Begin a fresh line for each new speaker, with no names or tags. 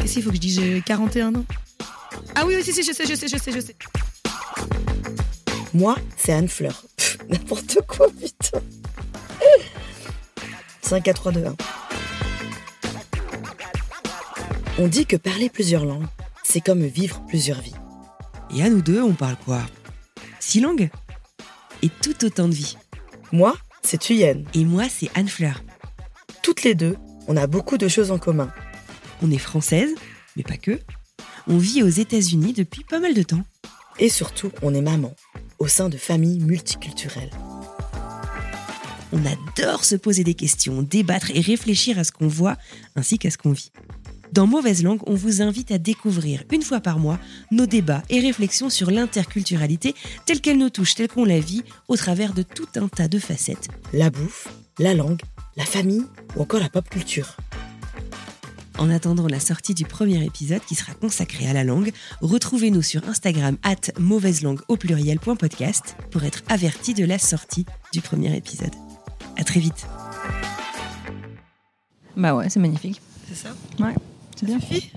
Qu'est-ce qu'il faut que je dise euh, J'ai 41 ans. Ah oui, oui, si, si, je sais, je sais, je sais, je sais.
Moi, c'est Anne Fleur. Pff, N'importe quoi, putain. 5 à 3, 2, 1. On dit que parler plusieurs langues, c'est comme vivre plusieurs vies.
Et à nous deux, on parle quoi Six langues Et tout autant de vie.
Moi, c'est Thuyen.
Et moi, c'est Anne Fleur.
Toutes les deux, on a beaucoup de choses en commun.
On est française, mais pas que. On vit aux États-Unis depuis pas mal de temps.
Et surtout, on est maman, au sein de familles multiculturelles.
On adore se poser des questions, débattre et réfléchir à ce qu'on voit ainsi qu'à ce qu'on vit. Dans Mauvaise Langue, on vous invite à découvrir une fois par mois nos débats et réflexions sur l'interculturalité telle qu'elle nous touche, telle qu'on la vit, au travers de tout un tas de facettes.
La bouffe, la langue, la famille ou encore la pop culture.
En attendant la sortie du premier épisode qui sera consacré à la langue, retrouvez-nous sur Instagram at mauvaise langue au pluriel.podcast pour être averti de la sortie du premier épisode. À très vite.
Bah ouais, c'est magnifique.
C'est ça
Ouais, c'est bien.
Suffit